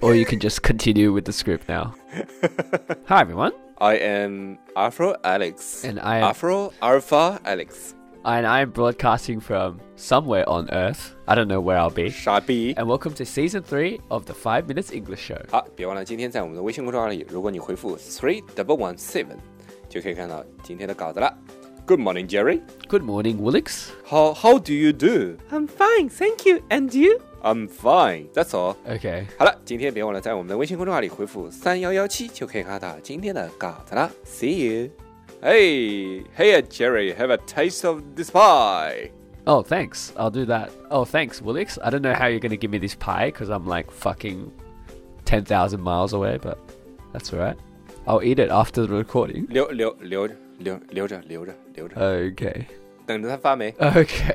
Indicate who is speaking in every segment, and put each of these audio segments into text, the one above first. Speaker 1: Or you can just continue with the script now. Hi, everyone.
Speaker 2: I am Afro Alex.
Speaker 1: And I am-
Speaker 2: Afro Alpha Alex.
Speaker 1: And I'm broadcasting from somewhere on Earth. I don't know where I'll be.
Speaker 2: 傻逼。
Speaker 1: And welcome to season three of the Five Minutes English Show.
Speaker 2: 好，别忘了今天在我们的微信公众号里，如果你回复 three double one seven，就可以看到今天的稿子了。Good morning, Jerry.
Speaker 1: Good morning, Woolix.
Speaker 2: How how do you do?
Speaker 3: I'm fine, thank you. And you?
Speaker 2: I'm fine. That's all.
Speaker 1: Okay.
Speaker 2: 好了，今天别忘了在我们的微信公众号里回复三幺幺七，就可以看到今天的稿子了。See you. Hey, hey, Jerry, have a taste of this pie.
Speaker 1: Oh, thanks. I'll do that. Oh, thanks, Woolix. I don't know how you're going to give me this pie because I'm like fucking 10,000 miles away, but that's all right. I'll eat it after the recording.
Speaker 2: 留留留着留留着留着留着，
Speaker 1: Okay.
Speaker 2: 等着它发霉。
Speaker 1: Okay.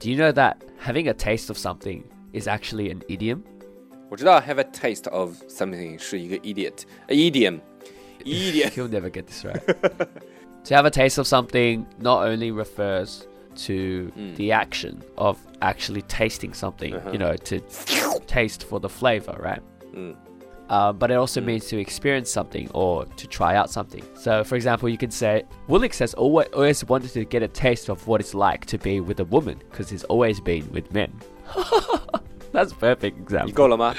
Speaker 1: Do you know that having a taste of something is actually an idiom?
Speaker 2: 我知道 have a taste of something 是一个 idiot 呃 idiom idiom
Speaker 1: He'll never get this right. to have a taste of something not only refers to the action of actually tasting something, you know, to taste for the flavor, right? Uh, but it also means to experience something or to try out something. So, for example, you can say, Woolix has always, always wanted to get a taste of what it's like to be with a woman because he's always been with men. That's a perfect
Speaker 2: 你
Speaker 1: example.
Speaker 2: 够了吗？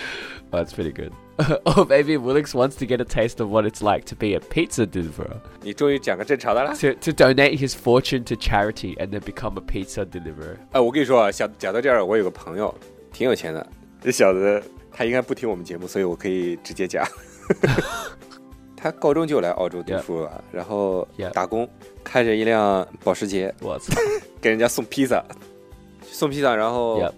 Speaker 1: Oh, that's pretty good. or Oh, maybe Willix wants to get a taste of what it's like to be a pizza deliverer.
Speaker 2: 你终于讲个正常的了。
Speaker 1: To, to donate his fortune to charity and then become a pizza deliverer.
Speaker 2: 哎，我跟你说啊，想讲到这儿，我有个朋友挺有钱的，这小子他应该不听我们节目，所以我可以直接讲。 他高中就来澳洲读
Speaker 1: Yeah.
Speaker 2: 书了，然后
Speaker 1: Yeah.
Speaker 2: 打工，开着一辆保时捷
Speaker 1: What's
Speaker 2: 给人家送披萨，送披萨，然后
Speaker 1: Yep.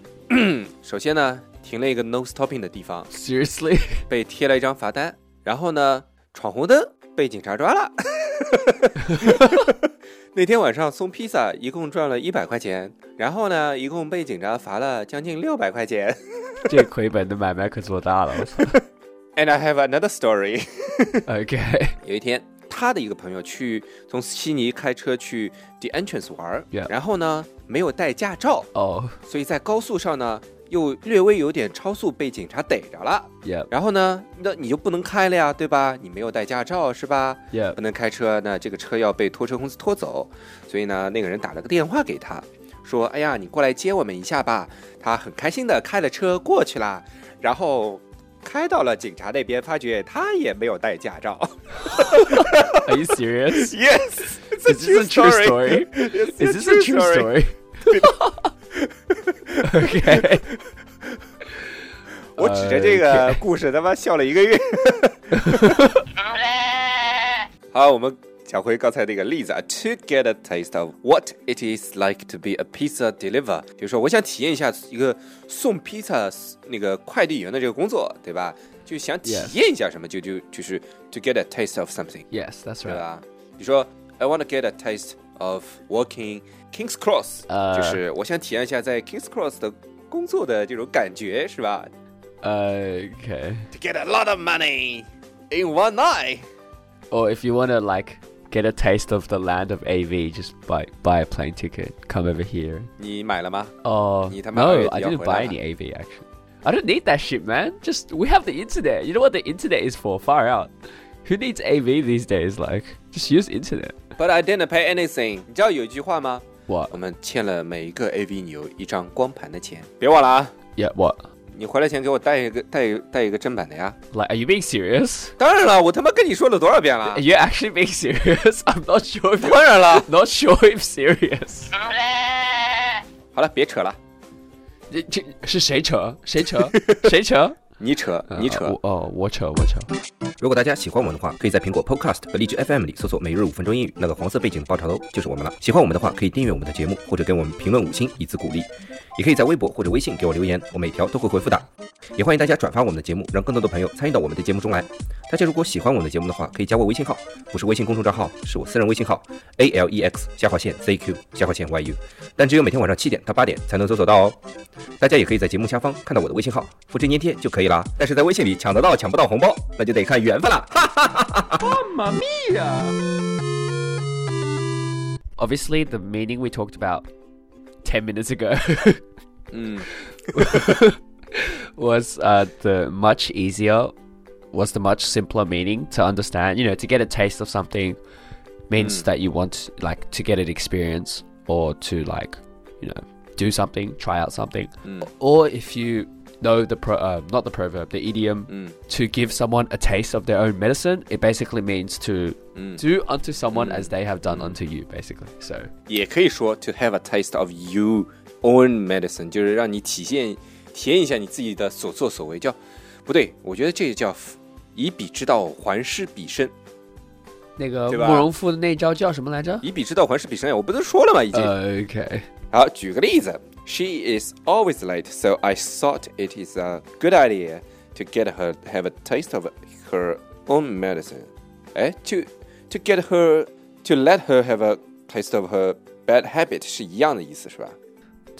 Speaker 2: 首先呢停了一个 no stopping 的地方，
Speaker 1: Seriously?
Speaker 2: 被贴了一张罚单，然后呢闯红灯被警察抓了。 那天晚上送披萨，一共赚了一百块钱，然后呢，一共被警察罚了将近六百块钱。
Speaker 1: 这亏本的买卖可做大了。
Speaker 2: And I have another story 。
Speaker 1: Okay.
Speaker 2: 有一天，他的一个朋友去从悉尼开车去 The Entrance 玩儿
Speaker 1: Yeah
Speaker 2: 然后呢没有带驾照，
Speaker 1: Oh,
Speaker 2: 所以在高速上呢又略微有点超速，被警察逮着了。
Speaker 1: yep,
Speaker 2: 然后呢，那你就不能开了呀，对吧？你没有带驾照是吧？
Speaker 1: yep.
Speaker 2: 不能开车，那这个车要被拖车公司拖走，所以呢，那个人打了个电话给他，说：“哎呀，你过来接我们一下吧。”他很开心的开了车过去啦，然后开到了警察那边，发觉他也没有带驾照。
Speaker 1: Are you serious?
Speaker 2: yes, it's a true
Speaker 1: Is this a true
Speaker 2: story.
Speaker 1: story?
Speaker 2: It's
Speaker 1: Is this a true story? okay.
Speaker 2: 我指着这
Speaker 1: 呃
Speaker 2: 个故事他妈笑了一个月。好，我们讲回刚才那个例子啊，to get a taste of what it is like to be a pizza deliver，比如说我想体验一下一个送披萨那个快递员的这个工作，对吧？就想体
Speaker 1: Yes.
Speaker 2: 验一下什么就就就是 to get a taste of something，
Speaker 1: Yes, that's
Speaker 2: 对
Speaker 1: right.
Speaker 2: 吧？你说 I want to get a taste of working Kings Cross，、
Speaker 1: 呃
Speaker 2: 就是我想体验一下在 Kings Cross 的工作的这种感觉，是吧？
Speaker 1: Uh, Okay.
Speaker 2: to get a lot of money in one night.
Speaker 1: Or if you want to like get a taste of the land of AV, just buy buy a plane ticket, come over here.
Speaker 2: 你买了吗？
Speaker 1: Oh,
Speaker 2: You talking about
Speaker 1: no,
Speaker 2: if
Speaker 1: I
Speaker 2: you're
Speaker 1: didn't
Speaker 2: off
Speaker 1: buy
Speaker 2: with
Speaker 1: any AV actually. I don't need that shit, man. Just we have the internet. You know what the internet is for? Far out. Who needs AV these days? Like, just use internet.
Speaker 2: But I didn't pay anything。你知道有一句话吗？
Speaker 1: What?
Speaker 2: 我们欠了每一个 AV 牛一张光盘的钱。别忘了啊，
Speaker 1: Yeah, what?
Speaker 2: 你回来前给我带一个带一带一个正版的呀。
Speaker 1: Like, are you being serious?
Speaker 2: 当然了，我他妈跟你说了多少遍了
Speaker 1: Are？you actually being serious? I'm not sure if
Speaker 2: 当然了。
Speaker 1: not sure if serious.
Speaker 2: 好了，别扯了。
Speaker 1: 这-这-是谁扯？谁扯？谁扯？
Speaker 2: 你扯，你扯。
Speaker 1: 我哦，我扯，我扯。
Speaker 3: 如果大家喜欢我们的话，可以在苹果 Podcast 和荔枝 FM 里搜索“每日五分钟英语”，那个黄色背景的爆炒头就是我们了。喜欢我们的话，可以订阅我们的节目，或者给我们评论五星以资鼓励。也可以在微博或者微信给我留言，我每条都会回复的。也欢迎大家转发我们的节目，让更多的朋友参与到我们的节目中来。大家如果喜欢我们的节目的话，可以加我微信号，不是微信公众账号，是我私人微信号 a l e x 下划线 z q 下划线 y u，但只有每天晚上七点到八点才能搜索到哦。大家也可以在节目下方看到我的微信号，复制粘贴就可以啦。但是在微信里抢得到抢不到红包，那就得看缘分了。
Speaker 1: Obviously, the meaning we talked about 10 minutes ago
Speaker 2: 嗯
Speaker 1: was uh, the much easier, was the much simpler meaning to understand. You know, to get a taste of something means that you want, like, to get an experience or to, like, you know, do something, try out something.
Speaker 2: Mm.
Speaker 1: Or if you know the, pro- uh, not the proverb, the idiom,
Speaker 2: Mm.
Speaker 1: to give someone a taste of their own medicine, it basically means to
Speaker 2: Mm.
Speaker 1: do unto someone
Speaker 2: Mm.
Speaker 1: as they have done unto you, basically. So.
Speaker 2: 也可以说 to have a taste of you own medicine，就是让你体现体验一下你自己的所作所为，叫不对，我觉得这叫以彼之道还施彼身，
Speaker 1: 那个
Speaker 2: 对吧
Speaker 1: 慕容复的那招叫什么来着
Speaker 2: 以彼之道还施彼身，我不都说了吗？已
Speaker 1: 呃
Speaker 2: 经。
Speaker 1: ？OK，
Speaker 2: 好，举个例子，She is always late, so I thought it is a good idea to get her have a taste of her own medicine. 哎，to to get her to let her have a taste of her bad habit 是一样的意思，是吧？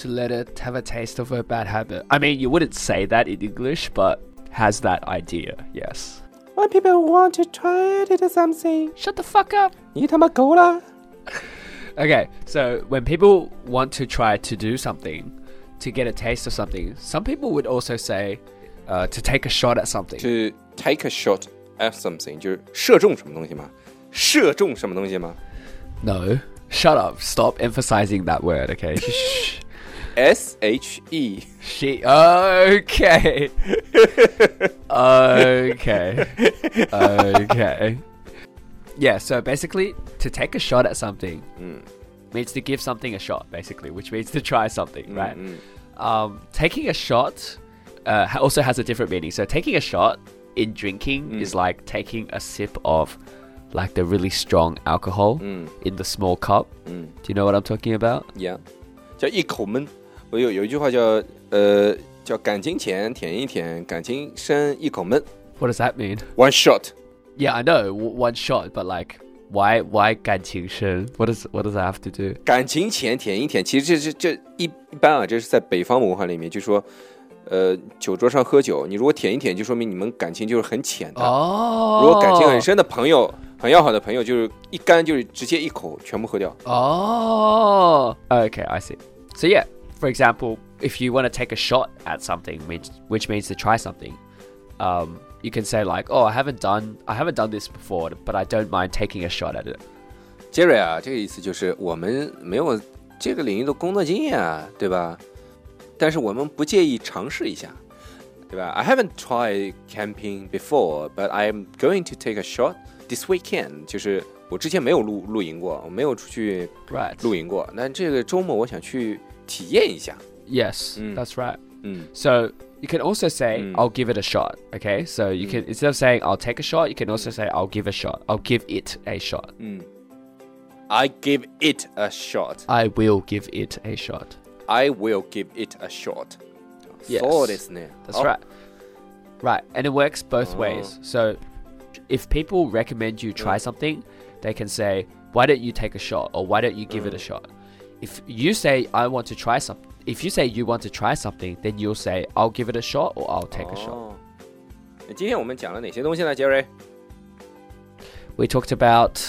Speaker 1: to let it have a taste of a bad habit. I mean, you wouldn't say that in English, but has that idea? Yes.
Speaker 2: When people want to try it is something，
Speaker 1: Shut the fuck up.
Speaker 2: 你他妈够了！
Speaker 1: Okay, so when people want to try to do something, to get a taste of something, some people would also say uh, to take a shot at something.
Speaker 2: to take a shot at something 就是射中什么东西吗？射中什么东西吗
Speaker 1: No, shut up. Stop emphasizing that word. Okay. Shh.
Speaker 2: ？S H E
Speaker 1: She. Okay. okay. Okay. Yeah, so basically, to take a shot at something means to give something a shot, basically, which means to try something, right? Um, taking a shot uh, ha- also has a different meaning. So, taking a shot in drinking is like taking a sip of like the really strong alcohol in the small cup. Do you know what I'm talking about?
Speaker 2: yeah，叫一口闷。我有有一句话叫呃叫感情浅舔一舔，感情深一口闷。
Speaker 1: What does that mean?
Speaker 2: One shot，
Speaker 1: Yeah, I know w- one shot, but like, why why 感情深? What does what does that have to do?
Speaker 2: 感情浅舔一舔。其实这这这一一般啊，这是在北方文化里面就说。呃，酒桌上喝酒，你如果舔一舔，就说明你们感情就是很浅的。
Speaker 1: Oh,
Speaker 2: 如果感情很深的朋友，很要好的朋友，就是一干就是直接一口全部喝掉。
Speaker 1: Oh, okay, I see. So yeah, for example, if you want to take a shot at something, which which means to try something, um, you can say like, oh, I haven't done I haven't done this before, but I don't mind taking a shot at it.
Speaker 2: Jerry 啊，这个意思就是我们没有这个领域的工作经验啊，对吧？但是我们不介意尝试一下，对吧？I haven't tried camping before, but I'm going to take a shot this weekend。就是我之前没有露露营过，我没有出去
Speaker 1: Right.
Speaker 2: 露营过，但这个周末我想去体验一下。
Speaker 1: Yes,
Speaker 2: Mm.
Speaker 1: that's right.
Speaker 2: 嗯
Speaker 1: So you can also say,
Speaker 2: Mm.
Speaker 1: I'll give it a shot. Okay, so you can instead of saying I'll take a shot, you can also say I'll give a shot. I'll give it a shot.
Speaker 2: 嗯，I give it a shot.
Speaker 1: I will give it a shot.
Speaker 2: I will give it a shot.
Speaker 1: Yes.
Speaker 2: そうですね。
Speaker 1: That's
Speaker 2: 好
Speaker 1: right. Right, and it works both
Speaker 2: Oh.
Speaker 1: ways. So if people recommend you try something, they can say, "Why don't you take a shot?" or "Why don't you give it a shot?" If you say I want to try something, if you say you want to try something, then you'll say I'll give it a shot or I'll
Speaker 2: Oh.
Speaker 1: take a shot.
Speaker 2: 哦。那今天我们讲了哪些东西呢，杰瑞？
Speaker 1: We talked about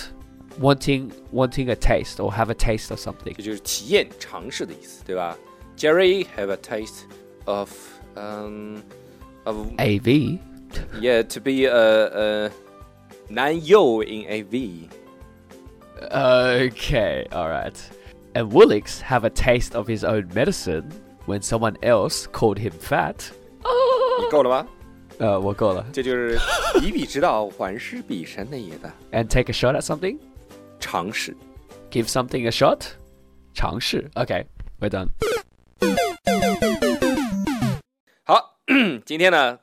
Speaker 1: wanting wanting a taste or have a taste of something.
Speaker 2: 这就是体验、尝试的意思，对吧？Jerry have a taste of um of
Speaker 1: AV.
Speaker 2: yeah to be a a 男优 in AV。
Speaker 1: Okay, all right. And Woolix have a taste of his own medicine when someone else called him fat.
Speaker 2: 你够了吗？
Speaker 1: Uh, what call her?
Speaker 2: 这就是以彼之道还施彼身的意思。
Speaker 1: And take a shot at something.
Speaker 2: 尝试。
Speaker 1: Give something a shot. 尝试. Okay, we're done.
Speaker 2: 好，今天呢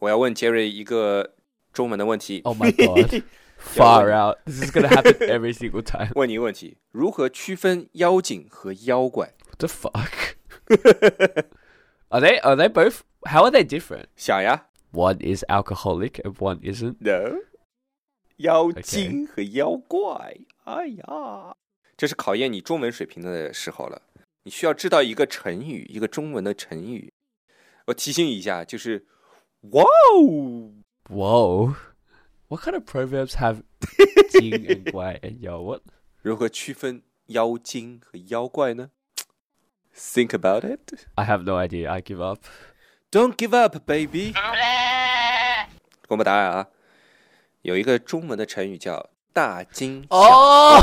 Speaker 2: 我要问 Jerry 一个中文的问题，
Speaker 1: Oh my god. Far out. This is gonna happen every single time.
Speaker 2: 问你一个问题：如何区分妖精和妖怪？
Speaker 1: What the fuck? are they are they both how are they different?
Speaker 2: 想呀
Speaker 1: One is alcoholic and one isn't.
Speaker 2: ，no，妖精和妖怪。哎呀，这是考验你中文水平的时候了。你需要知道一个成语，一个中文的成语。我提醒你一下，就是哇哦，
Speaker 1: Whoa. What kind of proverbs have jing and guai and yo? What
Speaker 2: 如何区分妖精和妖怪呢？Think about it.
Speaker 1: I have no idea. I give up.
Speaker 2: Don't give up, baby. 公布答案啊，有一个中文的成语叫“大惊小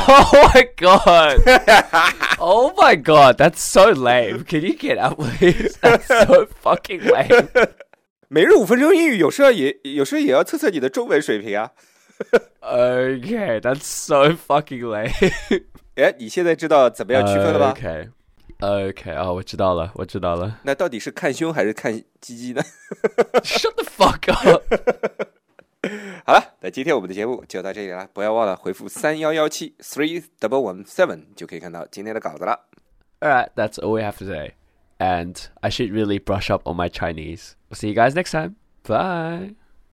Speaker 2: 怪”。
Speaker 1: Oh my god. Oh my god. That's so lame. Can you get out, please? That's so fucking lame.
Speaker 2: 每日五分钟英语，有时候也有时候也要测测你的中文水平啊。
Speaker 1: Okay, that's so fucking lame.
Speaker 2: 哎，你现在知道怎么样区分了吧
Speaker 1: OK OK，哦，我知道了，我知道了。
Speaker 2: 那到底是看胸还是看鸡鸡呢？
Speaker 1: Shut the fuck up！
Speaker 2: 好了，那今天我们的节目就到这里了，不要忘了回复三幺幺七 three double one seven 就可以看到今天的稿子了。
Speaker 1: Alright, that's all we have today. And I should really brush up on my Chinese. We'll see you guys next time. Bye.